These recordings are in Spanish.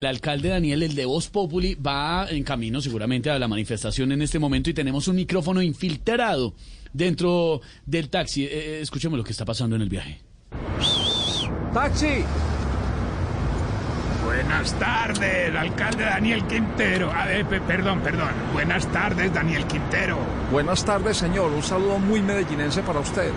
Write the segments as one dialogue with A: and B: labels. A: El alcalde Daniel, el de Voz Populi, va en camino seguramente a la manifestación en este momento y tenemos un micrófono infiltrado dentro del taxi. Eh, escuchemos lo que está pasando en el viaje.
B: ¡Taxi!
C: Buenas tardes, alcalde Daniel Quintero. A ver, pe- perdón, perdón. Buenas tardes, Daniel Quintero.
B: Buenas tardes, señor. Un saludo muy medellinense para usted.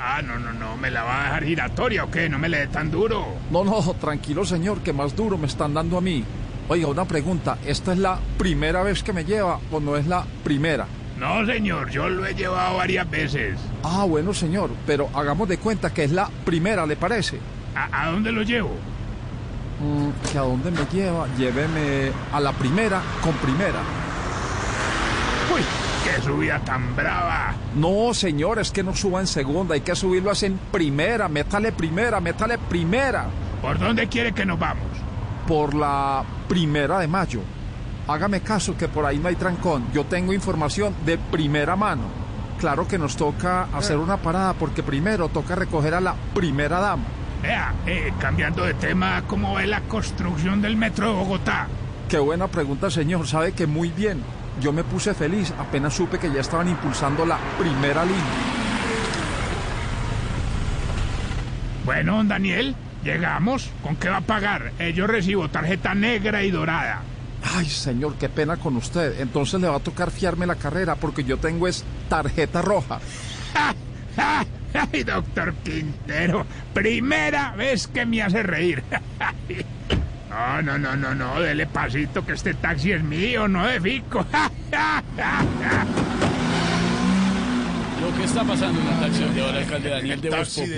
C: Ah, no, no, no. ¿Me la va a dejar giratoria o qué? No me le dé tan duro.
B: No, no, tranquilo, señor, que más duro me están dando a mí. Oiga, una pregunta. ¿Esta es la primera vez que me lleva o no es la primera?
C: No, señor. Yo lo he llevado varias veces.
B: Ah, bueno, señor, pero hagamos de cuenta que es la primera, ¿le parece?
C: ¿A, a dónde lo llevo?
B: Mm, ¿Que a dónde me lleva? Lléveme a la primera con primera.
C: Uy, qué subida tan brava.
B: No, señor, es que no suba en segunda, hay que subirlo así en primera, métale primera, métale primera.
C: ¿Por dónde quiere que nos vamos?
B: por la primera de mayo. Hágame caso que por ahí no hay trancón. Yo tengo información de primera mano. Claro que nos toca hacer una parada porque primero toca recoger a la primera dama.
C: Vea, eh, cambiando de tema, ¿cómo ve la construcción del metro de Bogotá?
B: Qué buena pregunta, señor. Sabe que muy bien. Yo me puse feliz apenas supe que ya estaban impulsando la primera línea.
C: Bueno, don Daniel, llegamos. ¿Con qué va a pagar? Eh, yo recibo tarjeta negra y dorada.
B: Ay, señor, qué pena con usted. Entonces le va a tocar fiarme la carrera porque yo tengo es tarjeta roja.
C: Ay, doctor Quintero, primera vez que me hace reír. No, no, no, no, no, dele pasito que este taxi es mío, no de Fico.
A: Lo que está pasando en el taxi donde va el alcalde Daniel de Voz Populi.